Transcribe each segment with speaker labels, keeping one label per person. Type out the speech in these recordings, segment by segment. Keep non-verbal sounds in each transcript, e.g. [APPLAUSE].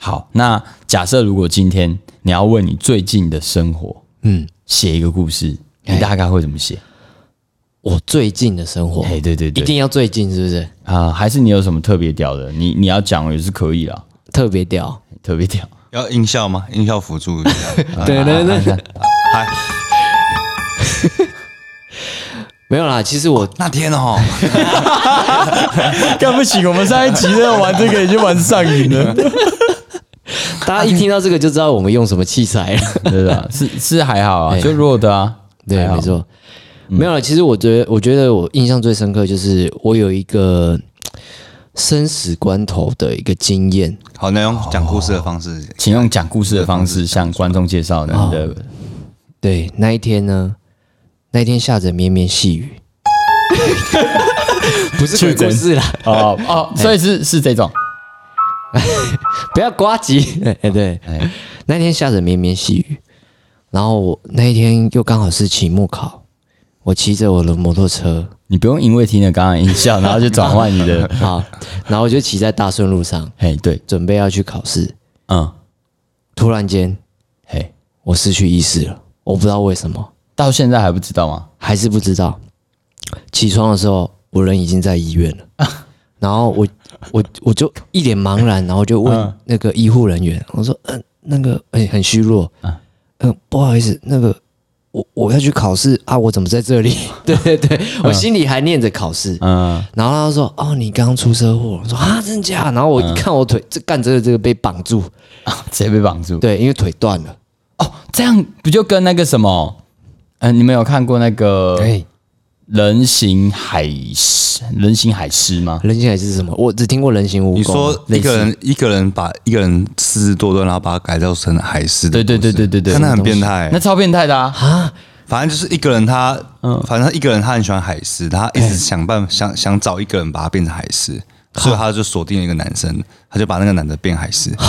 Speaker 1: 好，那假设如果今天你要为你最近的生活
Speaker 2: 嗯，
Speaker 1: 写一个故事，你大概会怎么写？
Speaker 2: 我最近的生活
Speaker 1: 哎，对对
Speaker 2: 一
Speaker 1: 对，
Speaker 2: 定要最近，是不是？
Speaker 1: 啊，还是你有什么特别屌的？你你要讲也是可以啦，哎
Speaker 2: 特别屌，
Speaker 1: 特别屌。
Speaker 3: 要音效吗？音效辅助一下。
Speaker 1: 啊
Speaker 2: 对对对，
Speaker 3: 嗨，
Speaker 2: [LAUGHS] 没有啦。其实我
Speaker 3: 那天哦，
Speaker 1: [LAUGHS] 干不起，我们上一集在玩这个已经玩上瘾了，
Speaker 2: 大家一听到这个就知道我们用什么器材
Speaker 1: [LAUGHS]
Speaker 2: 了。
Speaker 1: [LAUGHS] 对吧？是是还好啊，就弱的啊，
Speaker 2: 对，没错，
Speaker 1: 嗯
Speaker 2: 没有啦。其实我觉得，我觉得我印象最深刻就是我有一个生死关头的一个经验。
Speaker 3: [LAUGHS] 好，那用讲故事的方式，
Speaker 1: 请用讲故事的方式向观众介绍你的
Speaker 2: 对，那一天呢，那一天下着绵绵细雨，不是鬼故事啦，
Speaker 1: 哦哦，所以是是这种，
Speaker 2: 不要瓜吉。 [LAUGHS] 哎，对，
Speaker 1: 哎
Speaker 2: 那天下着绵绵细雨，然后我那一天又刚好是期末考，我骑着我的摩托车，
Speaker 1: [LAUGHS] 你不用因为听了刚刚的音效，然后就转换你 [LAUGHS] 的，
Speaker 2: 好，然后我就骑在大顺路上，
Speaker 1: 嘿，对，
Speaker 2: 准备要去考试，
Speaker 1: 嗯，
Speaker 2: 突然间
Speaker 1: 嘿，
Speaker 2: 我失去意识了，我不知道为什么，
Speaker 1: 到现在还不知道吗？
Speaker 2: 还是不知道。起床的时候，我人已经在医院了，
Speaker 3: [LAUGHS]
Speaker 2: 然后我我我就一脸茫然，然后就问
Speaker 3: 嗯
Speaker 2: 那个医护人员，我说：“嗯、那个哎、很虚弱，嗯、不好意思，那个我我要去考试啊，我怎么在这
Speaker 3: [LAUGHS]
Speaker 2: 里？”对对对，
Speaker 3: 嗯
Speaker 2: 我心里还念着考试。
Speaker 1: 嗯，
Speaker 2: 然后他说：“哦，你刚出车祸。”我说：“啊，真假？”然后我一看我腿，
Speaker 3: 嗯
Speaker 2: 这干这个这个被绑住，
Speaker 1: [LAUGHS] 啊直接被绑住，
Speaker 2: 对，因为腿断了。
Speaker 1: 哦，这样不就跟那个什么，嗯，你们有看过那个
Speaker 2: 哎，
Speaker 1: 人形海狮人形海狮吗？
Speaker 2: 人形还是什么？我只听过人形蜈蚣。啊
Speaker 3: 你说一个人一个人把一个人狮子多端，然后把它改造成海狮的
Speaker 1: 对
Speaker 3: 故
Speaker 1: 对
Speaker 3: 事，
Speaker 1: 对对对对，
Speaker 3: 看他很变态
Speaker 1: 那。超变态的啊！
Speaker 2: 啊，
Speaker 3: 反正就是一个人他，
Speaker 1: 嗯
Speaker 3: 反正他一个人他很喜欢海狮，他一直想办法想想找一个人把他变成海狮，所以他就锁定了一个男生，他就把那个男的变海狮。
Speaker 1: 啊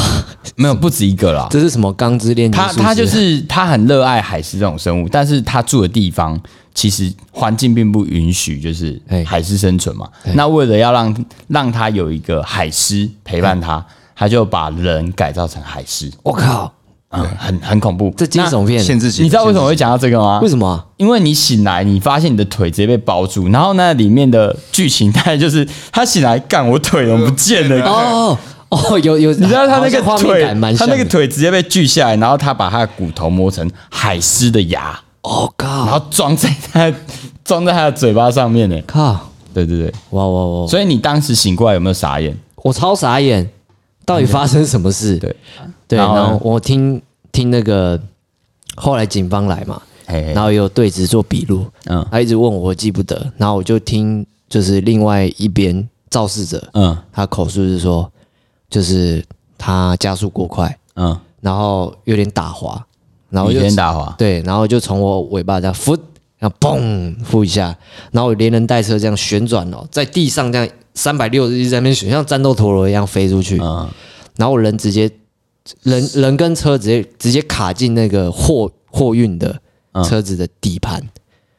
Speaker 1: 没有不止一个啦，
Speaker 2: 这是什么钢之炼金
Speaker 1: 他
Speaker 2: 术士？
Speaker 1: 他就是他很热爱海狮这种生物，但是他住的地方其实环境并不允许，就是
Speaker 2: 哎
Speaker 1: 海狮生存嘛。那为了要让让他有一个海狮陪伴他，他就把人改造成海狮，
Speaker 2: 我靠，
Speaker 1: 嗯，很很恐怖。
Speaker 2: 这惊悚片
Speaker 3: 限制级，
Speaker 1: 你知道为什么会讲到这个吗？
Speaker 2: 为什么啊、
Speaker 1: 因为你醒来，你发现你的腿直接被包住，然后那里面的剧情大概就是他醒来，干我腿怎么不见了？
Speaker 2: 哦哦，有有，
Speaker 1: 啊你知道他那
Speaker 2: 好
Speaker 1: 个
Speaker 2: 像画面
Speaker 1: 腿
Speaker 2: 感蛮，
Speaker 1: 他
Speaker 2: 像
Speaker 1: 那个
Speaker 2: 的，
Speaker 1: 腿直接被锯下来，然后他把他的骨头磨成海狮的牙，
Speaker 2: 哦
Speaker 1: 然
Speaker 2: 靠
Speaker 1: 后装在他装在他的嘴巴上面呢。
Speaker 2: 靠，
Speaker 1: 对对对，
Speaker 2: 哇哇哇！
Speaker 1: 所以你当时醒过来有没有傻眼？
Speaker 2: 我超傻眼，到底发生什么事？对对，
Speaker 1: 然
Speaker 2: 然
Speaker 1: 后呢
Speaker 2: 后我听听那个后来警方来嘛，
Speaker 1: 嘿嘿
Speaker 2: 然后也有对质做笔录，
Speaker 1: 嗯
Speaker 2: 他一直问我，我记不得，然后我就听就是另外一边肇事者，
Speaker 1: 嗯
Speaker 2: 他口述是说，就是他加速过快，
Speaker 1: 嗯，
Speaker 2: 然后有点打滑，然后
Speaker 1: 雨
Speaker 2: 啊就
Speaker 1: 天打滑，
Speaker 2: 对，然后就从我尾巴这样扶，然后嘣扶一下，然后我连人带车这样旋转哦，在地上这样三百六十度在那边旋，像战斗陀螺一样飞出去，
Speaker 1: 嗯
Speaker 2: 然后我人直接人人跟车直接直接卡进那个货货运的车子的底盘。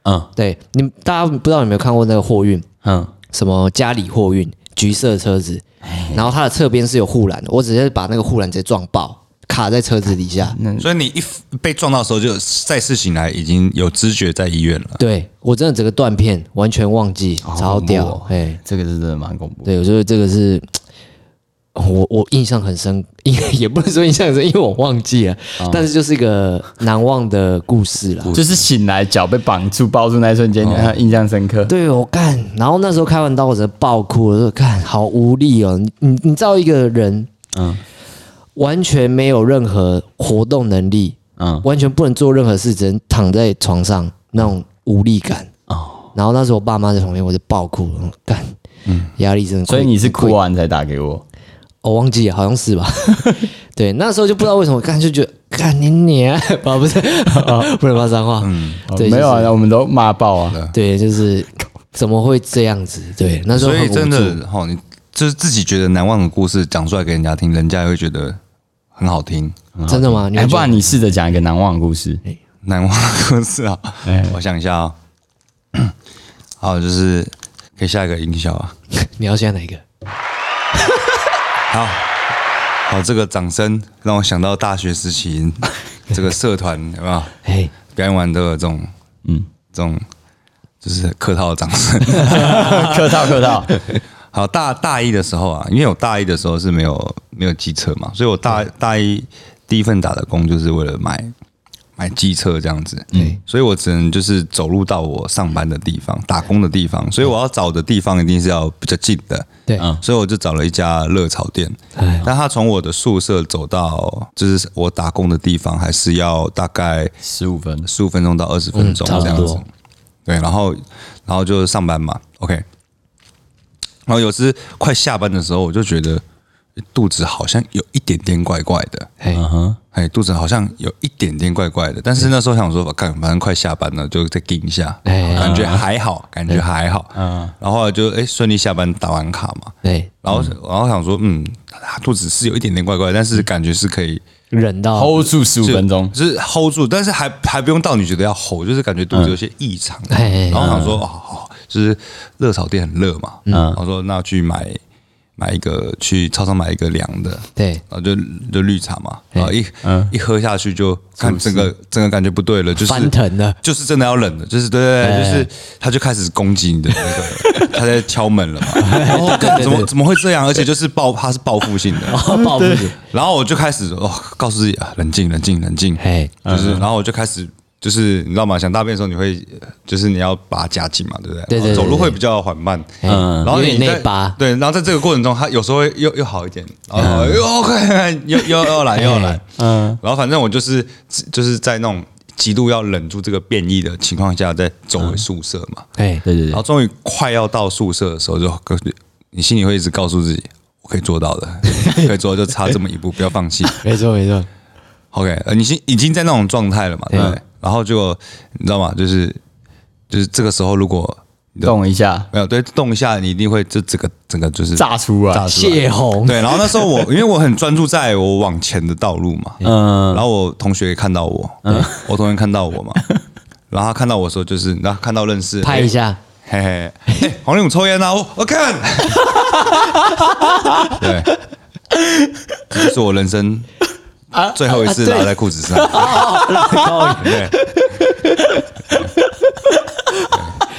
Speaker 1: 嗯
Speaker 2: 对，你们大家不知道有没有看过那个货运，
Speaker 1: 嗯，
Speaker 2: 什么家里货运橘色车子，
Speaker 1: 哎
Speaker 2: 然后它的侧边是有护栏的，我直接把那个护栏直接撞爆，卡在车子底下。
Speaker 3: 所以你一被撞到的时候，就再次醒来，已经有知觉在医院了。
Speaker 2: 对我真的整个断片，完全忘记，
Speaker 1: 好
Speaker 2: 超
Speaker 1: 恐怖
Speaker 2: 屌
Speaker 1: 哦！
Speaker 2: 哎，
Speaker 1: 这个是真的蛮恐怖的。
Speaker 2: 对，我觉得这个是我我印象很深，因为 [LAUGHS] 也不能说印象很深，因为我忘记了，
Speaker 1: 哦
Speaker 2: 但是就是一个难忘的故事啦。
Speaker 1: 就是醒来脚被绑住包住那一瞬间，让他印象深刻。
Speaker 2: 哦对，我干，然后那时候开完刀，我真的爆哭，我说干，好无力哦！你你你知道一个人
Speaker 1: 嗯
Speaker 2: 完全没有任何活动能力，
Speaker 1: 嗯
Speaker 2: 完全不能做任何事，只能躺在床上那种无力感。
Speaker 1: 哦，
Speaker 2: 然后那时候我爸妈在旁边，我就爆哭，我说干，压力真的。
Speaker 1: 嗯所以你是哭完才打给我。
Speaker 2: 我忘记了，好像
Speaker 1: [LAUGHS]
Speaker 2: 是吧？对，那时候就不知道为什么，看就觉得看你娘， [LAUGHS] 啊
Speaker 1: [LAUGHS]
Speaker 2: 不是，不能骂脏话。
Speaker 1: 哦
Speaker 2: 对，
Speaker 1: 没有
Speaker 2: 就是
Speaker 1: 啊，我们都骂爆啊。
Speaker 2: 对，就是怎么会这样子？对，那时候
Speaker 3: 所
Speaker 2: 很
Speaker 3: 以
Speaker 2: 无
Speaker 3: 真
Speaker 2: 助，
Speaker 3: 的哈，你就是自己觉得难忘的故事讲出来给人家听，人家也会觉得很好听。
Speaker 2: 真的吗？你
Speaker 1: 哎，
Speaker 2: 会
Speaker 1: 不
Speaker 2: 觉得
Speaker 1: 然你试着讲一个难忘的故 [LAUGHS] 事。
Speaker 3: 难忘的故事啊，我想一下啊、好，就是可以下一个音效啊。
Speaker 2: 你要选哪一个？
Speaker 3: 好，好，这个掌声让我想到大学时期这个社团有没有
Speaker 2: 哎，
Speaker 3: 表演完都有这种嗯这种就是客套的掌声。
Speaker 1: 哎客套客套，
Speaker 3: 好，大大一的时候啊，因为我大一的时候是没有没有机车嘛，所以我大大一第一份打的工就是为了买买机车这样子，嗯，所以我只能就是走路到我上班的地方、打工的地方，所以我要找的地方一定是要比较近的，
Speaker 2: 对
Speaker 3: 嗯所以我就找了一家热炒店
Speaker 2: 哎，
Speaker 3: 但他从我的宿舍走到就是我打工的地方，还是要大概
Speaker 1: 十五分，
Speaker 3: 十五分钟到二十分
Speaker 2: 嗯
Speaker 3: 钟
Speaker 2: 差不
Speaker 3: 这样子。
Speaker 2: 多
Speaker 3: 对，然后然后就是上班嘛，OK。然后有时快下班的时候，我就觉得肚子好像有一点点怪怪的，
Speaker 2: 哎，
Speaker 1: 哼，
Speaker 3: 哎，肚子好像有一点点怪怪的。但是那时候想说，干，反正快下班了，就再盯一下，
Speaker 2: 嗯哎
Speaker 3: 感觉还好，感觉还好。
Speaker 1: 嗯
Speaker 3: 嗯，然后后来就哎顺利下班打完卡嘛，
Speaker 2: 对，
Speaker 3: 然后然后想说，嗯，肚子是有一点点怪怪，但是感觉是可以。
Speaker 2: 忍到
Speaker 1: ，hold 住十五分钟，
Speaker 3: 就是 hold 住，但是还还不用到你觉得要 hold，就是感觉肚子有些异常，
Speaker 2: 嗯嘿嘿
Speaker 3: 然后想说哦，好就是热炒店很热嘛，
Speaker 2: 嗯
Speaker 3: 然后说那去买买一个去超商买一个凉的，
Speaker 1: [LAUGHS]
Speaker 2: 对
Speaker 3: 然后就就绿茶嘛，然后一
Speaker 2: 嗯
Speaker 3: 一喝下去就看整个整个感觉不对了，就是
Speaker 2: 翻腾了，
Speaker 3: 就是真的要冷了，就是对对对，就是他就开始攻击你
Speaker 2: [LAUGHS]
Speaker 3: 的那个，他在敲门了嘛，然
Speaker 2: 哦
Speaker 3: 后干怎么怎么会这样？而且就是报他是报复性的，
Speaker 2: 报复性，
Speaker 3: 然后我就开始哦，告诉自己啊，冷静，冷静，冷静。
Speaker 2: 嘿嗯
Speaker 3: 就是，然后我就开始，就是你知道吗？想大便的时候，你会，呃就是你要把它夹紧嘛，对不对？
Speaker 2: 对对对
Speaker 3: 走路
Speaker 2: 对
Speaker 3: 会比较缓慢，
Speaker 2: 嗯
Speaker 3: 然后你
Speaker 2: 有点内
Speaker 3: 在
Speaker 2: 八嗯
Speaker 3: 对，然后在这个过程中，它有时候会又又好一点，然后又 OK，又 [LAUGHS] 又又来又来，嗯，然后反正我就是就是在那种极度要忍住这个变异的情况下，在走回宿舍嘛，
Speaker 2: 哎，
Speaker 1: 对对
Speaker 3: 然
Speaker 1: 对，
Speaker 3: 后终于快要到宿舍的时候，就告诉你心里会一直告诉自己，我可以做到的，可以做到，就差这么一步，不要放弃。
Speaker 2: 没错没错，
Speaker 3: OK，呃，你已经已经在那种状态了嘛，对不对？然后就你知道吗？就是就是这个时候，如果你的
Speaker 1: 动一下，
Speaker 3: 没有对动一下，你一定会就整个整个就是
Speaker 1: 炸出啊来，
Speaker 2: 泄洪，
Speaker 3: 对。然后那时候我因为我很专注在我往前的道路嘛，
Speaker 1: 嗯，
Speaker 3: 然后我同学也看到我，我同学看到我嘛，然后他看到我的时候就是，然后看到认识
Speaker 2: 拍一，下，
Speaker 3: 嘿嘿，嘿黄立武抽烟啊，我我看， [LAUGHS] 对，这就是我人生最后一次拉在裤子上。哦对，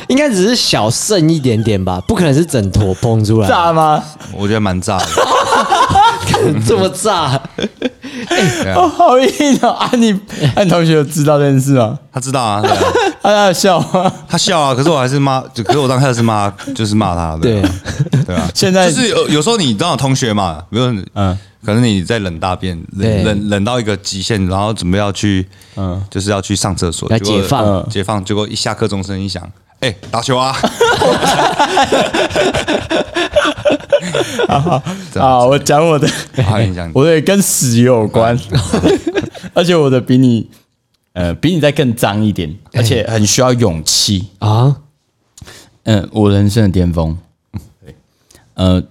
Speaker 2: 应该只是小渗一点点吧，不可能是整坨崩出来，
Speaker 1: 炸吗？
Speaker 3: 我觉得蛮炸的。
Speaker 2: [LAUGHS] 这么炸，
Speaker 1: 哦，好硬哦！啊你，啊你同学有知道这件事吗？
Speaker 3: 他知道啊，对啊
Speaker 1: 啊，他有笑吗？
Speaker 3: 他笑啊，可是我还是骂，就可是我当下是骂，就是骂他的，
Speaker 2: 对
Speaker 3: 啊对啊。
Speaker 1: [LAUGHS] 现在
Speaker 3: 就是有有时候你当同学嘛，比如嗯
Speaker 1: 嗯，
Speaker 3: 可能你在冷大便，
Speaker 2: 对
Speaker 3: 冷冷冷到一个极限，然后准备要去，嗯
Speaker 1: 嗯，
Speaker 3: 就是要去上厕所，
Speaker 2: 要
Speaker 3: 结果
Speaker 2: 解放
Speaker 3: 嗯解放，结果一下课钟声一响，哎，打球
Speaker 1: [LAUGHS]
Speaker 3: 啊，
Speaker 1: 啊，嗯我讲我的，
Speaker 3: 好你讲
Speaker 1: 我的也跟屎有关， [LAUGHS] 而且我的比你，呃，比你再更脏一点，而且很需要勇气。
Speaker 2: 啊，
Speaker 1: 嗯，我人生的巅峰，呃，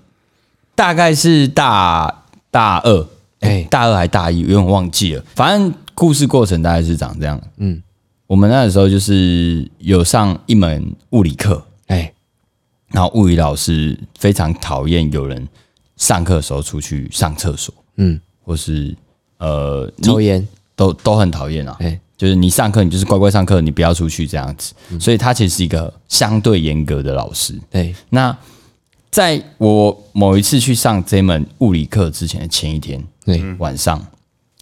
Speaker 1: 大概是大大二，
Speaker 2: 哎
Speaker 1: 大二还大一，有点忘记了。反正故事过程大概是长这样。嗯，我们那个时候就是有上一门物理课，
Speaker 2: 哎，
Speaker 1: 然后物理老师非常讨厌有人上课的时候出去上厕所，
Speaker 2: 嗯，
Speaker 1: 或是呃你
Speaker 2: 抽烟，
Speaker 1: 都都很讨厌啊。
Speaker 2: 哎嗯
Speaker 1: 就是你上课，你就是乖乖上课，你不要出去这样子。所以他其实是一个相对严格的老师。
Speaker 2: 对，
Speaker 1: 那在我某一次去上这门物理课之前的前一天，
Speaker 2: 对
Speaker 1: 晚上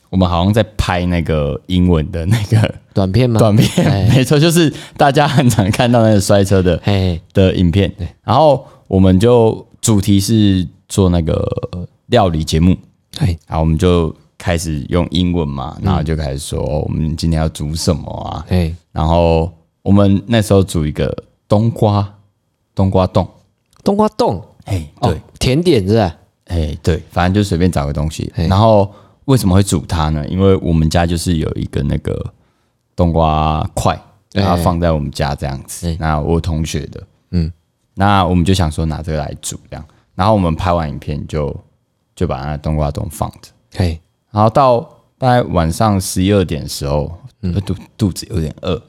Speaker 1: 我们好像在拍那个英文的 [LAUGHS] 那个
Speaker 2: 短片吗？
Speaker 1: 短片，
Speaker 2: 哎
Speaker 1: 没错，就是大家很常看到那个摔车的
Speaker 2: 哎，
Speaker 1: 的影片。然后我们就主题是做那个呃料理节目，
Speaker 2: 哎，
Speaker 1: 然后我们就开始用英文嘛，然后就开始说、哦我们今天要煮什么啊，
Speaker 2: 哎，
Speaker 1: 然后我们那时候煮一个冬瓜冬瓜冻，
Speaker 2: 冬瓜冻，
Speaker 1: 哎，对。
Speaker 2: 哦，甜点是吧？
Speaker 1: 哎、对，反正就随便找个东西。
Speaker 2: 嘿
Speaker 1: 然后为什么会煮它呢？因为我们家就是有一个那个冬瓜块，
Speaker 2: 哎
Speaker 1: 然后放在我们家这样子
Speaker 2: 哎。
Speaker 1: 那我同学的，
Speaker 2: 嗯
Speaker 1: 嗯，那我们就想说拿这个来煮这样。然后我们拍完影片就就把那冬瓜冻放着，
Speaker 2: 哎，
Speaker 1: 然后到大概晚上十一二点的时候，
Speaker 2: 嗯
Speaker 1: 呃肚肚子有点 [LAUGHS] 饿，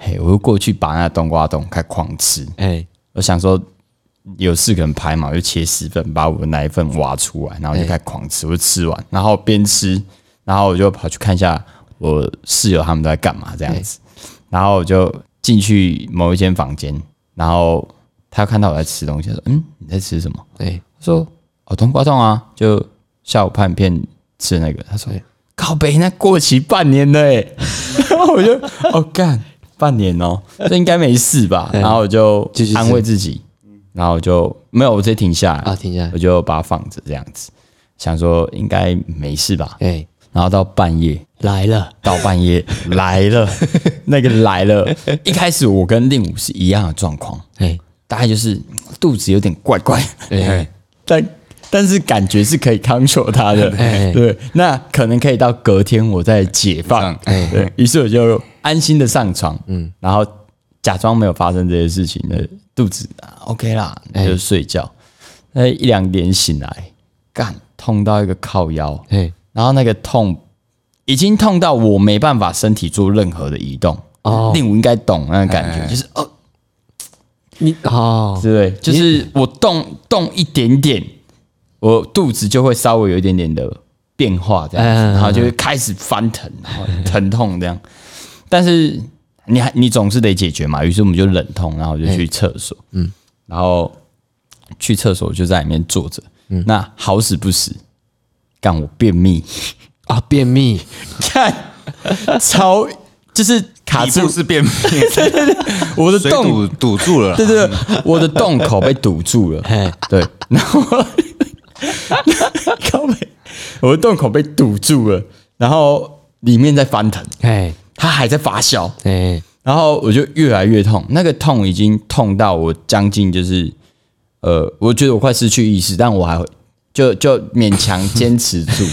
Speaker 1: 嘿，我就过去把那冬瓜冻开狂吃。
Speaker 2: 哎，
Speaker 1: 我想说有事可能拍嘛，我就切十份，把我的那一份挖出来，然后就开始狂吃，我就吃完，然后边吃，然后我就跑去看一下我室友他们都在干嘛这样子，然后我就进去某一间房间，然后他看到我在吃东西，他说：“嗯，你在吃什么？”
Speaker 2: 对，
Speaker 1: 他说：“哦，冬瓜冻啊，就下午拍影片吃的那个。”他说
Speaker 2: 对：“
Speaker 1: 靠北，那过期半年了欸。” [LAUGHS] 然后我就：“哦，干，半年哦，这应该没事吧？”然后我就
Speaker 2: 继续吃
Speaker 1: 安慰自己，然后我就没有，我直接停下来
Speaker 2: 啊停下来
Speaker 1: 我就把它放着这样子，想说应该没事吧。
Speaker 2: 哎，
Speaker 1: 然后到半夜，
Speaker 2: 来了，
Speaker 1: 到半
Speaker 2: [LAUGHS]
Speaker 1: 夜来了，那个来了。一开始我跟令武是一样的状况，
Speaker 2: 哎，
Speaker 1: 大概就是嗯肚子有点怪怪，
Speaker 2: 哎，
Speaker 1: 但但是感觉是可以 control 它的，
Speaker 2: [LAUGHS] 哎
Speaker 1: 对，那可能可以到隔天我再解放，
Speaker 2: 哎
Speaker 1: 对于是我就安心的上床，嗯，然后假装没有发生这些事情的肚子、啊、OK 啦，
Speaker 2: 哎
Speaker 1: 就睡觉，那一两点醒来，干痛到一个靠腰，
Speaker 2: 哎，
Speaker 1: 然后那个痛已经痛到我没办法身体做任何的移动，
Speaker 2: 哦
Speaker 1: 令我应该懂那个感觉，就是哦，
Speaker 2: 你哦，
Speaker 1: 对，就是我动动一点点，我肚子就会稍微有一点点的变化，这样子，
Speaker 2: 嗯嗯嗯
Speaker 1: 然后就会开始翻腾，然后疼痛这样。但是你还你总是得解决嘛，于是我们就忍痛，然后就去厕所，嗯，然后去厕所就在里面坐着，嗯，那好死不死，干我便秘， [LAUGHS]
Speaker 2: 啊，便秘，
Speaker 1: 看超就是卡
Speaker 3: 底部
Speaker 1: 住
Speaker 3: 是便
Speaker 1: [LAUGHS]
Speaker 3: 秘，
Speaker 1: 我的
Speaker 3: 水
Speaker 1: 洞
Speaker 3: 堵堵住了啦。
Speaker 1: 对对对，我的洞口被堵住了
Speaker 2: 嘿，
Speaker 1: 对，然后靠北我的洞口被堵住了，然后里面在翻腾，
Speaker 2: 哎，
Speaker 1: 它还在发酵，
Speaker 2: 哎，
Speaker 1: 然后我就越来越痛，那个痛已经痛到我将近就是，呃，我觉得我快失去意识，但我还会就就勉强坚持住，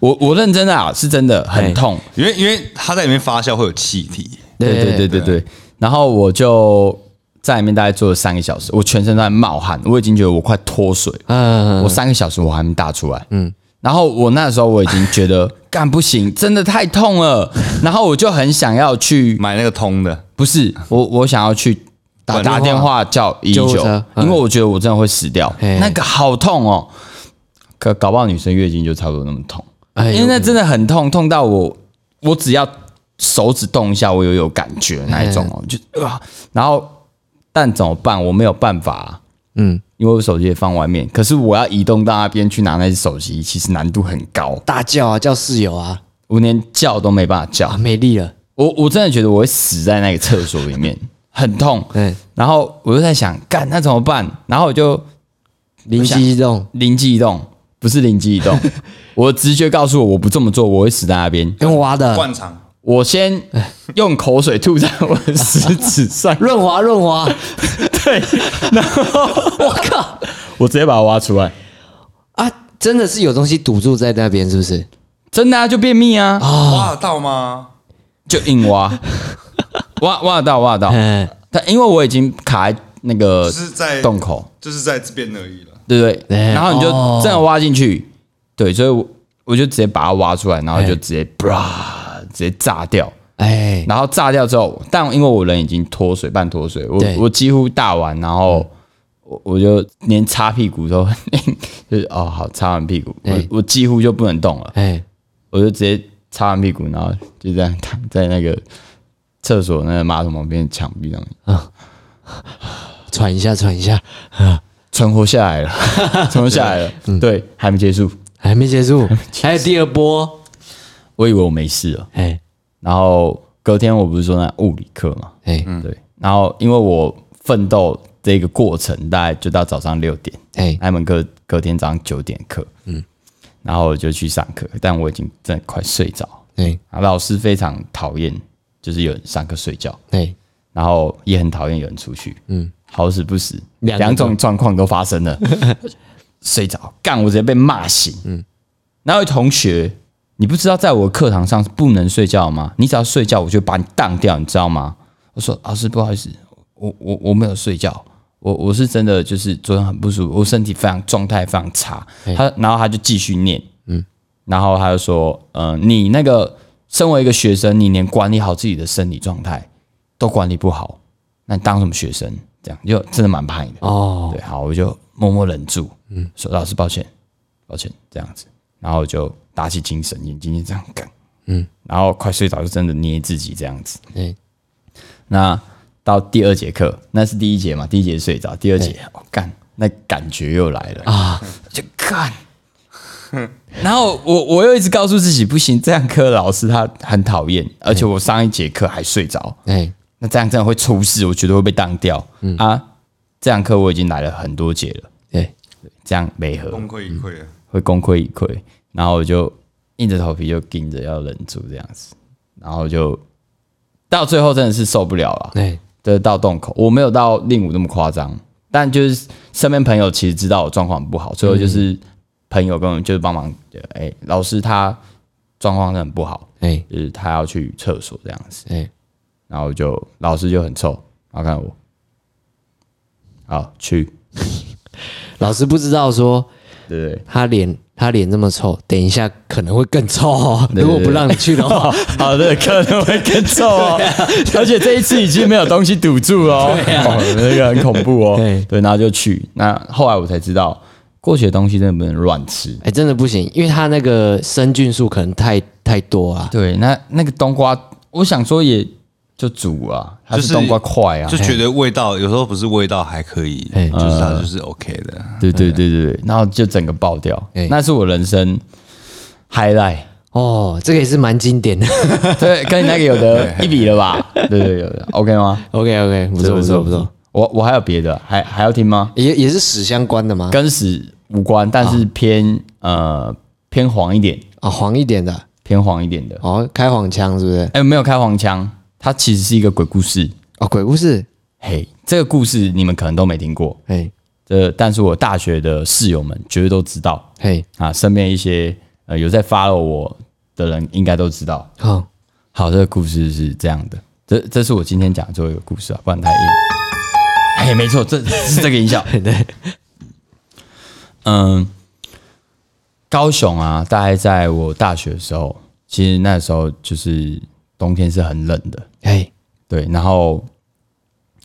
Speaker 1: 我我认真的啊，是真的很痛，
Speaker 3: 因为因为它在里面发酵会有气体，
Speaker 1: 对对对对对。然后我就在里面大概坐了三个小时，我全身都在冒汗，我已经觉得我快脱水了。
Speaker 2: 嗯，
Speaker 1: 我三个小时我还没打出来，嗯。然后我那时候我已经觉
Speaker 2: [LAUGHS]
Speaker 1: 得干不行，真的太痛了。然后我就很想要去，
Speaker 3: 买那个通的，
Speaker 1: 不是我我想要去打
Speaker 3: 管
Speaker 1: 打电话叫一
Speaker 2: 救护
Speaker 1: 九
Speaker 2: 车，嗯
Speaker 1: 因为我觉得我真的会死掉
Speaker 2: 嘿，
Speaker 1: 那个好痛哦。可搞不好女生月经就差不多那么痛，
Speaker 2: 哎
Speaker 1: 因为那真的很痛，痛到我我只要手指动一下，我有有感觉那一种
Speaker 2: 哎
Speaker 1: 哦，就啊，然后但怎么办？我没有办法、啊，
Speaker 2: 嗯，
Speaker 1: 因为我手机也放外面，可是我要移动到那边去拿那只手机，其实难度很高，
Speaker 2: 大叫啊，叫室友啊，
Speaker 1: 我连叫都没办法
Speaker 2: 啊，
Speaker 1: 叫，
Speaker 2: 没力了，
Speaker 1: 我我真的觉得我会死在那个厕所里面， [LAUGHS] 很痛。
Speaker 2: 哎，
Speaker 1: 然后我就在想，干那怎么办？然后我就
Speaker 2: 灵机一动，
Speaker 1: 灵机一动，不是灵机一
Speaker 2: [LAUGHS]
Speaker 1: 动，我直觉告诉我，我不这么做，我会死在那边。
Speaker 2: 用挖
Speaker 1: 嗯
Speaker 2: 的，
Speaker 3: 灌肠
Speaker 1: 我先用口水吐在我的食指上，
Speaker 2: 润滑润滑，
Speaker 1: 对，然后
Speaker 2: [LAUGHS] 我靠
Speaker 1: [LAUGHS] 我直接把它挖出来，
Speaker 2: 啊，真的是有东西堵住在那边，是不是？
Speaker 1: 真的啊，就便秘啊，
Speaker 3: 挖得到吗？
Speaker 1: 就硬 [LAUGHS] 挖，挖挖得到挖得到，
Speaker 2: 嗯，
Speaker 1: 但因为我已经卡在那个
Speaker 3: 就是在
Speaker 1: 洞口，
Speaker 3: 就是在这边而已了。
Speaker 1: 对不对？
Speaker 2: 哎
Speaker 1: 然后你就
Speaker 2: 哦
Speaker 1: 真的挖进去，对，所以我我就直接把它挖出来，然后就直接啪，直接炸掉。
Speaker 2: 哎，
Speaker 1: 然后炸掉之后，但因为我人已经脱水半脱水，我
Speaker 2: 对嗯
Speaker 1: 我几乎大完，然后我我就连擦屁股都 [LAUGHS] 就是哦好擦完屁股，我
Speaker 2: 对
Speaker 1: 我几乎就不能动了，
Speaker 2: 哎，
Speaker 1: 我就直接擦完屁股，然后就这样躺在那个厕所那个马桶旁边的墙壁上面，
Speaker 2: 喘一下，喘一下，
Speaker 1: 存活下
Speaker 2: [LAUGHS]
Speaker 1: 来了，存活下来了，
Speaker 2: 嗯
Speaker 1: 对，还没结束，
Speaker 2: 还没结束， [LAUGHS] 还有第二波，
Speaker 1: 我以为我没事了，
Speaker 2: 哎
Speaker 1: 然后隔天我不是说那物理课嘛，
Speaker 2: 哎
Speaker 1: 对，然后因为我奋斗这个过程大概就到早上六点。
Speaker 2: 哎，
Speaker 1: 那门课隔天早上九点课，嗯，然后我就去上课，但我已经真的快睡着。
Speaker 2: 哎
Speaker 1: 然后老师非常讨厌，就是有人上课睡觉，
Speaker 2: 哎，
Speaker 1: 然后也很讨厌有人出去，嗯，好死不死，
Speaker 2: 两个
Speaker 1: 两种状况都发生了，睡着，干，我直接被骂醒，嗯，然后有同学，你不知道在我的课堂上是不能睡觉吗？你只要睡觉，我就把你当掉，你知道吗？我说老师不好意思，我我我没有睡觉，我我是真的就是昨天很不舒服，我身体非常状态非常差，他然后他就继续念，然后他就说，呃，你那个身为一个学生，你连管理好自己的生理状态都管理不好，那你当什么学生？这样就真的蛮怕你的。
Speaker 2: 哦，
Speaker 1: 对，好，我就默默忍住，嗯，说老师抱歉，抱歉，这样子，然后我就打起精神，眼睛就这样干，嗯，然后快睡着就真的捏自己这样子。
Speaker 2: 对，
Speaker 1: 那到第二节课，那是第一节嘛，第一节睡着，第二节我干、那感觉又来了啊，就干。然后我我又一直告诉自己不行，这样课老师他很讨厌，而且我上一节课还睡着，
Speaker 2: 哎，
Speaker 1: 那这样真的会出事，我觉得会被当掉。啊，这堂课我已经来了很多节了，
Speaker 2: 对，
Speaker 1: 这样没合
Speaker 3: 崩溃一溃了。
Speaker 1: 会功亏一篑。然后我就硬着头皮就盯着要忍住这样子，然后就到最后真的是受不了了，
Speaker 2: 哎，
Speaker 1: 就是到洞口，我没有到令武那么夸张，但就是身边朋友其实知道我状况不好，最后就是朋友跟我们就是帮忙，哎、老师他状况真的很不好，
Speaker 2: 哎，
Speaker 1: 就是他要去厕所这样子。
Speaker 2: 哎，
Speaker 1: 然后就老师就很臭，然后看我，好去，
Speaker 2: 老师不知道说
Speaker 1: 对不对？
Speaker 2: 他脸他脸这么臭，等一下可能会更臭哦。如果不让你去的话，
Speaker 1: 好的，可能会更臭哦，而且这一次已经没有东西堵住了哦，哦那个很恐怖哦
Speaker 2: 对，
Speaker 1: 对，然后就去，那后来我才知道，过期的东西真的不能乱吃，
Speaker 2: 哎，真的不行，因为他那个生菌数可能太太多啊。
Speaker 1: 对，那那个冬瓜，我想说也就煮啊，它
Speaker 3: 就是
Speaker 1: 是冬瓜块啊
Speaker 3: 就，觉得味道有时候不是味道还可以，
Speaker 2: 哎
Speaker 3: 就是它就是 OK 的。
Speaker 1: 对对对对对，然后就整个爆掉
Speaker 2: 哎，
Speaker 1: 那是我人生 highlight。
Speaker 2: 哦，这个也是蛮经 [LAUGHS] 典的。
Speaker 1: 对，跟你那个有的一比了吧？对对对有的，OK 吗？
Speaker 2: OK OK，不错不错不错，。
Speaker 1: 我我还有别的，还还要听吗？
Speaker 2: 也也是屎相关的吗？
Speaker 1: 跟屎无关，但是偏呃偏黄一点，
Speaker 2: 啊，黄一点的，
Speaker 1: 偏黄一点的。
Speaker 2: 哦，开黄腔是不是？
Speaker 1: 哎，没有开黄腔，它其实是一个鬼故事。
Speaker 2: 哦，鬼故事，
Speaker 1: 嘿，这个故事你们可能都没听过，
Speaker 2: 嘿
Speaker 1: 呃，但是我大学的室友们绝对都知道
Speaker 2: 嘿，
Speaker 1: 啊，身边一些呃有在 follow 我的人应该都知道。
Speaker 2: 好，
Speaker 1: 好，这个故事是这样的，这这是我今天讲的最后一个故事啊，不然太硬。哎，没错，这 [LAUGHS] 是这个音效。对，嗯，高雄啊，大概在我大学的时候，其实那时候就是冬天是很冷的，
Speaker 2: 嘿，
Speaker 1: 对，然后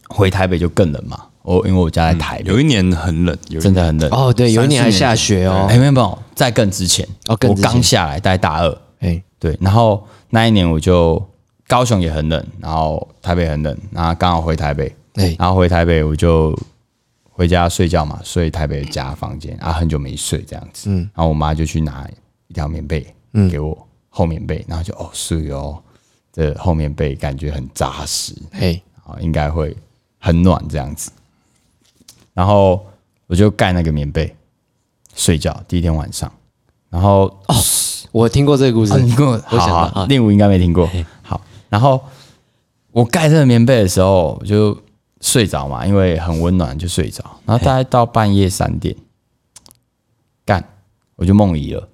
Speaker 1: 回台北就更冷嘛。我因为我家
Speaker 2: 嗯
Speaker 1: 在台北，
Speaker 3: 有一年很冷，有一
Speaker 1: 真的很冷。
Speaker 2: 哦，对，有一年还
Speaker 3: 三四年
Speaker 2: 下雪哦，
Speaker 1: 哎，没有没有，在更之前，
Speaker 2: 哦更
Speaker 1: 我
Speaker 2: 之前
Speaker 1: 刚下来，大概大二，
Speaker 2: 哎，
Speaker 1: 对，然后那一年我就高雄也很冷，然后台北很冷，然后刚好回台北，
Speaker 2: 哎，
Speaker 1: 然后回台北我就回家睡觉嘛，睡台北的家房间啊，很久没睡这样子，然后我妈就去拿一条棉被，给我厚棉被，然后就哦睡哦，这厚棉被感觉很扎实，
Speaker 2: 嘿，
Speaker 1: 啊，应该会很暖这样子。然后我就盖那个棉被睡觉，第一天晚上，然后哦。
Speaker 2: 我听过这个故事
Speaker 1: 啊，，你跟我
Speaker 2: 我
Speaker 1: [LAUGHS] 好
Speaker 2: 想到
Speaker 1: 好好
Speaker 2: 啊，
Speaker 1: 练舞应该没听过。好，然后我盖这个棉被的时候，我就睡着嘛，因为很温暖就睡着。然后大概到半夜三点，干我就梦遗了，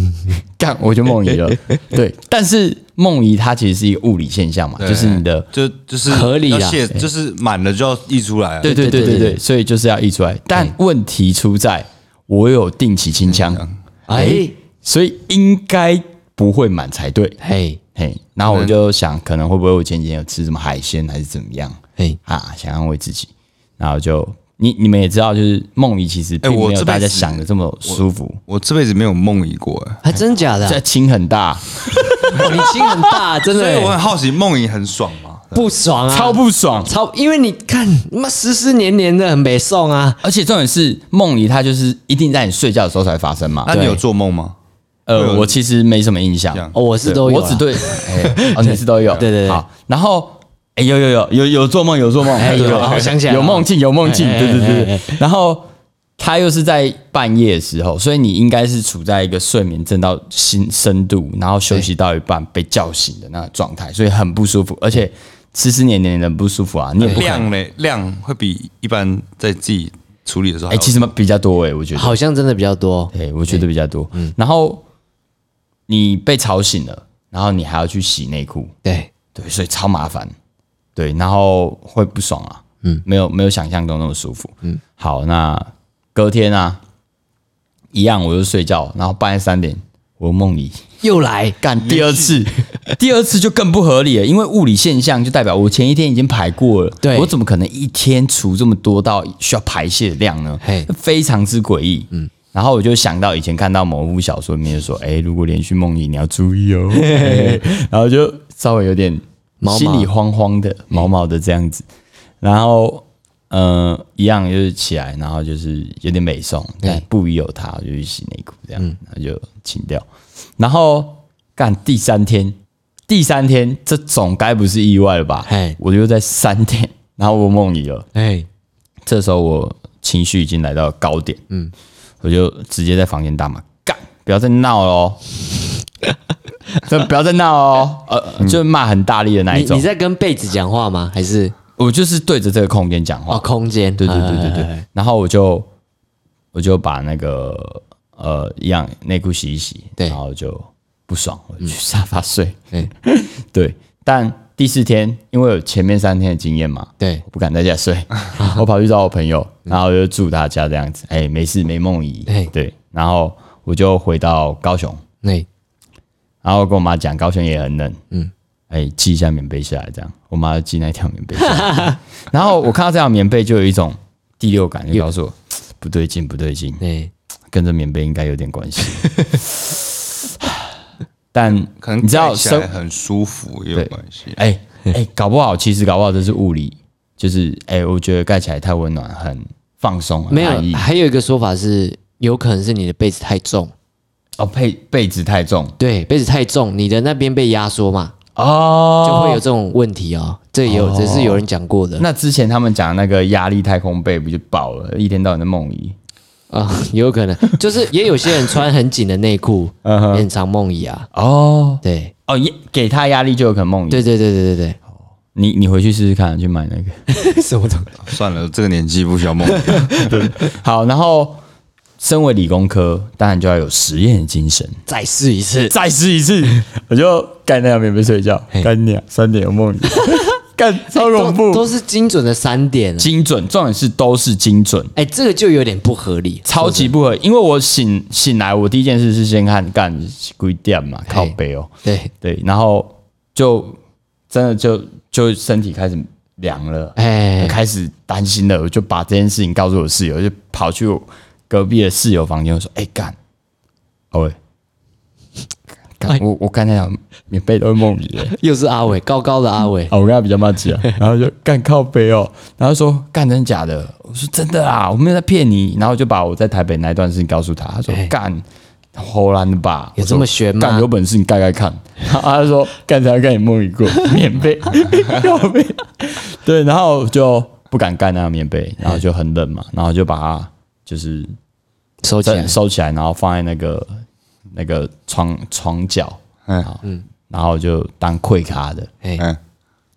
Speaker 1: [LAUGHS] 干我就梦遗 [LAUGHS] 了。对，但是梦遗它其实是一个物理现象嘛，
Speaker 3: 对
Speaker 1: 就是你的
Speaker 3: 就就是
Speaker 2: 合理啦
Speaker 3: 要泄，就是满了就要溢出来啊。
Speaker 1: 啊哎对对对对对，所以就是要溢出来。但问题出在我有定期清腔，
Speaker 2: 哎，
Speaker 1: 所以应该不会满才对。
Speaker 2: 嘿，
Speaker 1: 嘿，然后我就想，可能会不会我前几天有吃什么海鲜，还是怎么样
Speaker 2: 嘿，
Speaker 1: 啊？想安慰自己，然后就你你们也知道，就是梦遗其实并
Speaker 3: 哎我
Speaker 1: 没有
Speaker 3: 这辈
Speaker 1: 大家
Speaker 3: 子
Speaker 1: 想的这么舒服，
Speaker 3: 我这辈子没有梦遗过，哎
Speaker 2: 还真假的
Speaker 1: 这
Speaker 2: 啊？
Speaker 1: 亲很大，
Speaker 2: [LAUGHS] 哦你心很大，真
Speaker 3: 所以我很
Speaker 2: 的
Speaker 3: 好奇，梦遗很爽吗？
Speaker 2: 不爽啊，
Speaker 1: 超不爽。
Speaker 2: 超，因为你看，妈湿湿黏黏的，很没送啊。
Speaker 1: 而且重点是，梦遗它就是一定在你睡觉的时候才发生嘛
Speaker 3: 那。你有做梦吗？
Speaker 1: 呃，我其实没什么印象，
Speaker 3: 这样
Speaker 2: 哦，我是
Speaker 1: 对
Speaker 2: 都有啊，
Speaker 1: 我只 [LAUGHS] 对，哎，哦，你是都有，
Speaker 2: 对对对
Speaker 1: 好，然后。哎，有有有有有做梦，有做梦，
Speaker 2: 哎有
Speaker 1: 对对
Speaker 2: 好
Speaker 1: 对
Speaker 2: 想起来了
Speaker 1: 有梦境，有梦境，
Speaker 2: 哎哎
Speaker 1: 对对对
Speaker 2: 哎哎
Speaker 1: 对。然后他又是在半夜的时候，所以你应该是处在一个睡眠正到心深度，然后休息到一半被叫醒的那个状态，所以很不舒服，而且湿湿黏黏的不舒服啊，你也不可能。
Speaker 3: 量嘞，量会比一般在自己处理的时候
Speaker 1: 哎，
Speaker 3: 还要，
Speaker 1: 其实比较多哎，我觉得。
Speaker 2: 好嗯像真的比较多。
Speaker 1: 对，我觉得比较多。然后你被吵醒了，然后你还要去洗内裤，
Speaker 2: 对，
Speaker 1: 对，所以超麻烦，对，然后会不爽啊，嗯，没有没有想象中那么舒服，嗯，好，那隔天啊，一样我就睡觉，然后半夜三点我又梦遗，
Speaker 2: 又来， [LAUGHS]
Speaker 1: 干第二次，第二次就更不合理了，因为物理现象就代表我前一天已经排过了，
Speaker 2: 对
Speaker 1: 我怎么可能一天除这么多到需要排泄的量呢
Speaker 2: 嘿？
Speaker 1: 非常之诡异。嗯，然后我就想到以前看到某部小说里面就说，哎、
Speaker 2: 嗯
Speaker 1: 如果连续梦遗，你要注意哦。嘿 [LAUGHS] 然后就稍微有点
Speaker 2: 毛毛
Speaker 1: 心里慌慌的、毛毛的这样子，然后。呃，一样就是起来，然后就是有点美送，但不疑有他，我就去洗内裤这
Speaker 2: 嗯
Speaker 1: 样，然后就请掉。然后干第三天，第三天这总该不是意外了吧
Speaker 2: 嘿？
Speaker 1: 我就在三天，然后我梦遗了。
Speaker 2: 哎，
Speaker 1: 这时候我情绪已经来到高点，嗯，我就直接在房间大骂：“干，不要再闹了
Speaker 2: [LAUGHS]
Speaker 1: 哦！这不要再闹了哦！”呃，就骂很大力的那一
Speaker 2: 嗯你
Speaker 1: 种
Speaker 2: 你。在跟被子讲话吗？还是
Speaker 1: 我就是对着这个空间讲话
Speaker 2: 哦，空间？
Speaker 1: 对对对对
Speaker 2: 哎，哎哎
Speaker 1: 对。然后我就我就把那个呃一样内裤洗一洗，
Speaker 2: 对
Speaker 1: 然后就不爽，我去沙发睡。
Speaker 2: 对
Speaker 1: [LAUGHS] 对，但第四天因为有前面三天的经验嘛，
Speaker 2: 对
Speaker 1: 我不敢在家
Speaker 2: [LAUGHS]
Speaker 1: 睡，我跑去找我朋友，然后我就住他家这样子。哎，没事，没梦遗
Speaker 2: 哎。
Speaker 1: 对，然后我就回到高雄，
Speaker 2: 那
Speaker 1: 然后我跟我妈讲，高雄也很冷，嗯，哎，寄一下棉被下来，这样，我妈就寄那条棉被下来， [LAUGHS] 然后我看到这条棉被，就有一种第六感，就告
Speaker 3: [LAUGHS]
Speaker 1: 诉我嘖不对劲，不对劲，
Speaker 2: 那
Speaker 1: 跟这棉被应该有点关系， [LAUGHS] 但
Speaker 3: 可能
Speaker 1: 你知道
Speaker 3: 盖起来
Speaker 1: 生
Speaker 3: 很舒服也有关系。啊
Speaker 1: 哎哎，搞不好其实搞不好这是物理，就是哎，我觉得盖起来太温暖，很放松，很
Speaker 2: 没
Speaker 1: 安
Speaker 2: 有，
Speaker 1: 逸
Speaker 2: 还有一个说法是，有可能是你的被子太重，
Speaker 1: 哦，被被子太重
Speaker 2: 对，被子太重，你的那边被压缩嘛，
Speaker 1: 哦，
Speaker 2: 就会有这种问题哦。这也有，这是有人讲过的
Speaker 1: 那之前他们讲那个压力太空被不就爆了，一天到晚在梦遗。
Speaker 2: 啊， [LAUGHS] 也有可能，就是也有些人穿很紧的内裤，也很常梦遗啊。
Speaker 1: 哦，
Speaker 2: 对，
Speaker 1: 哦，也给他压力就有可能梦遗。
Speaker 2: 对对对对对
Speaker 1: 你你回去试试看，去买那个。
Speaker 2: 对，什么东西？
Speaker 3: 算了，这个年纪不需要梦游。
Speaker 1: [LAUGHS] 好，然后身为理工科，当然就要有实验精神。
Speaker 2: 再试一次，
Speaker 1: 再试一次，我就干那样免费睡觉，干你啊，三点有梦遗， [LAUGHS] 干超恐
Speaker 2: 都都
Speaker 1: 怖，
Speaker 2: 是精准的三点。啊
Speaker 1: 精准，重点是都是精准。
Speaker 2: 哎，这个就有点不合理，
Speaker 1: 超级不合理，因为我醒醒来，我第一件事是先看干几点嘛，靠背哦，
Speaker 2: 对，
Speaker 1: 对，然后就真的就就身体开始凉了，我
Speaker 2: 哎，
Speaker 1: 开始担心了，我就把这件事情告诉我室友，我就跑去我隔壁的室友房间，我说：“哎、干，哦哎喂， [LAUGHS] 干我我刚才讲免费都会梦遗了， [LAUGHS]
Speaker 2: 又是阿伟，高高的阿伟，
Speaker 1: 啊，我跟他比较慢急啊，然后就干靠背哦，然后说干真假的，我说真的啊，我没有在骗你，然后就把我在台北那一段事情告诉他，他说
Speaker 2: 哎
Speaker 1: 干。荷兰的吧，
Speaker 2: 有这么玄吗
Speaker 1: 干有本事你盖盖看。 [LAUGHS] 然后他说干才盖你梦遗过， [LAUGHS] 免费，靠背。 [LAUGHS] 对，然后就不敢盖那个棉被，然后就很冷嘛，然后就把它就是
Speaker 2: 收起来
Speaker 1: 收。收起来，然后放在那个那个床床角，
Speaker 3: 嗯
Speaker 1: 然后就当溃咖的。
Speaker 2: 哎，
Speaker 3: 嗯，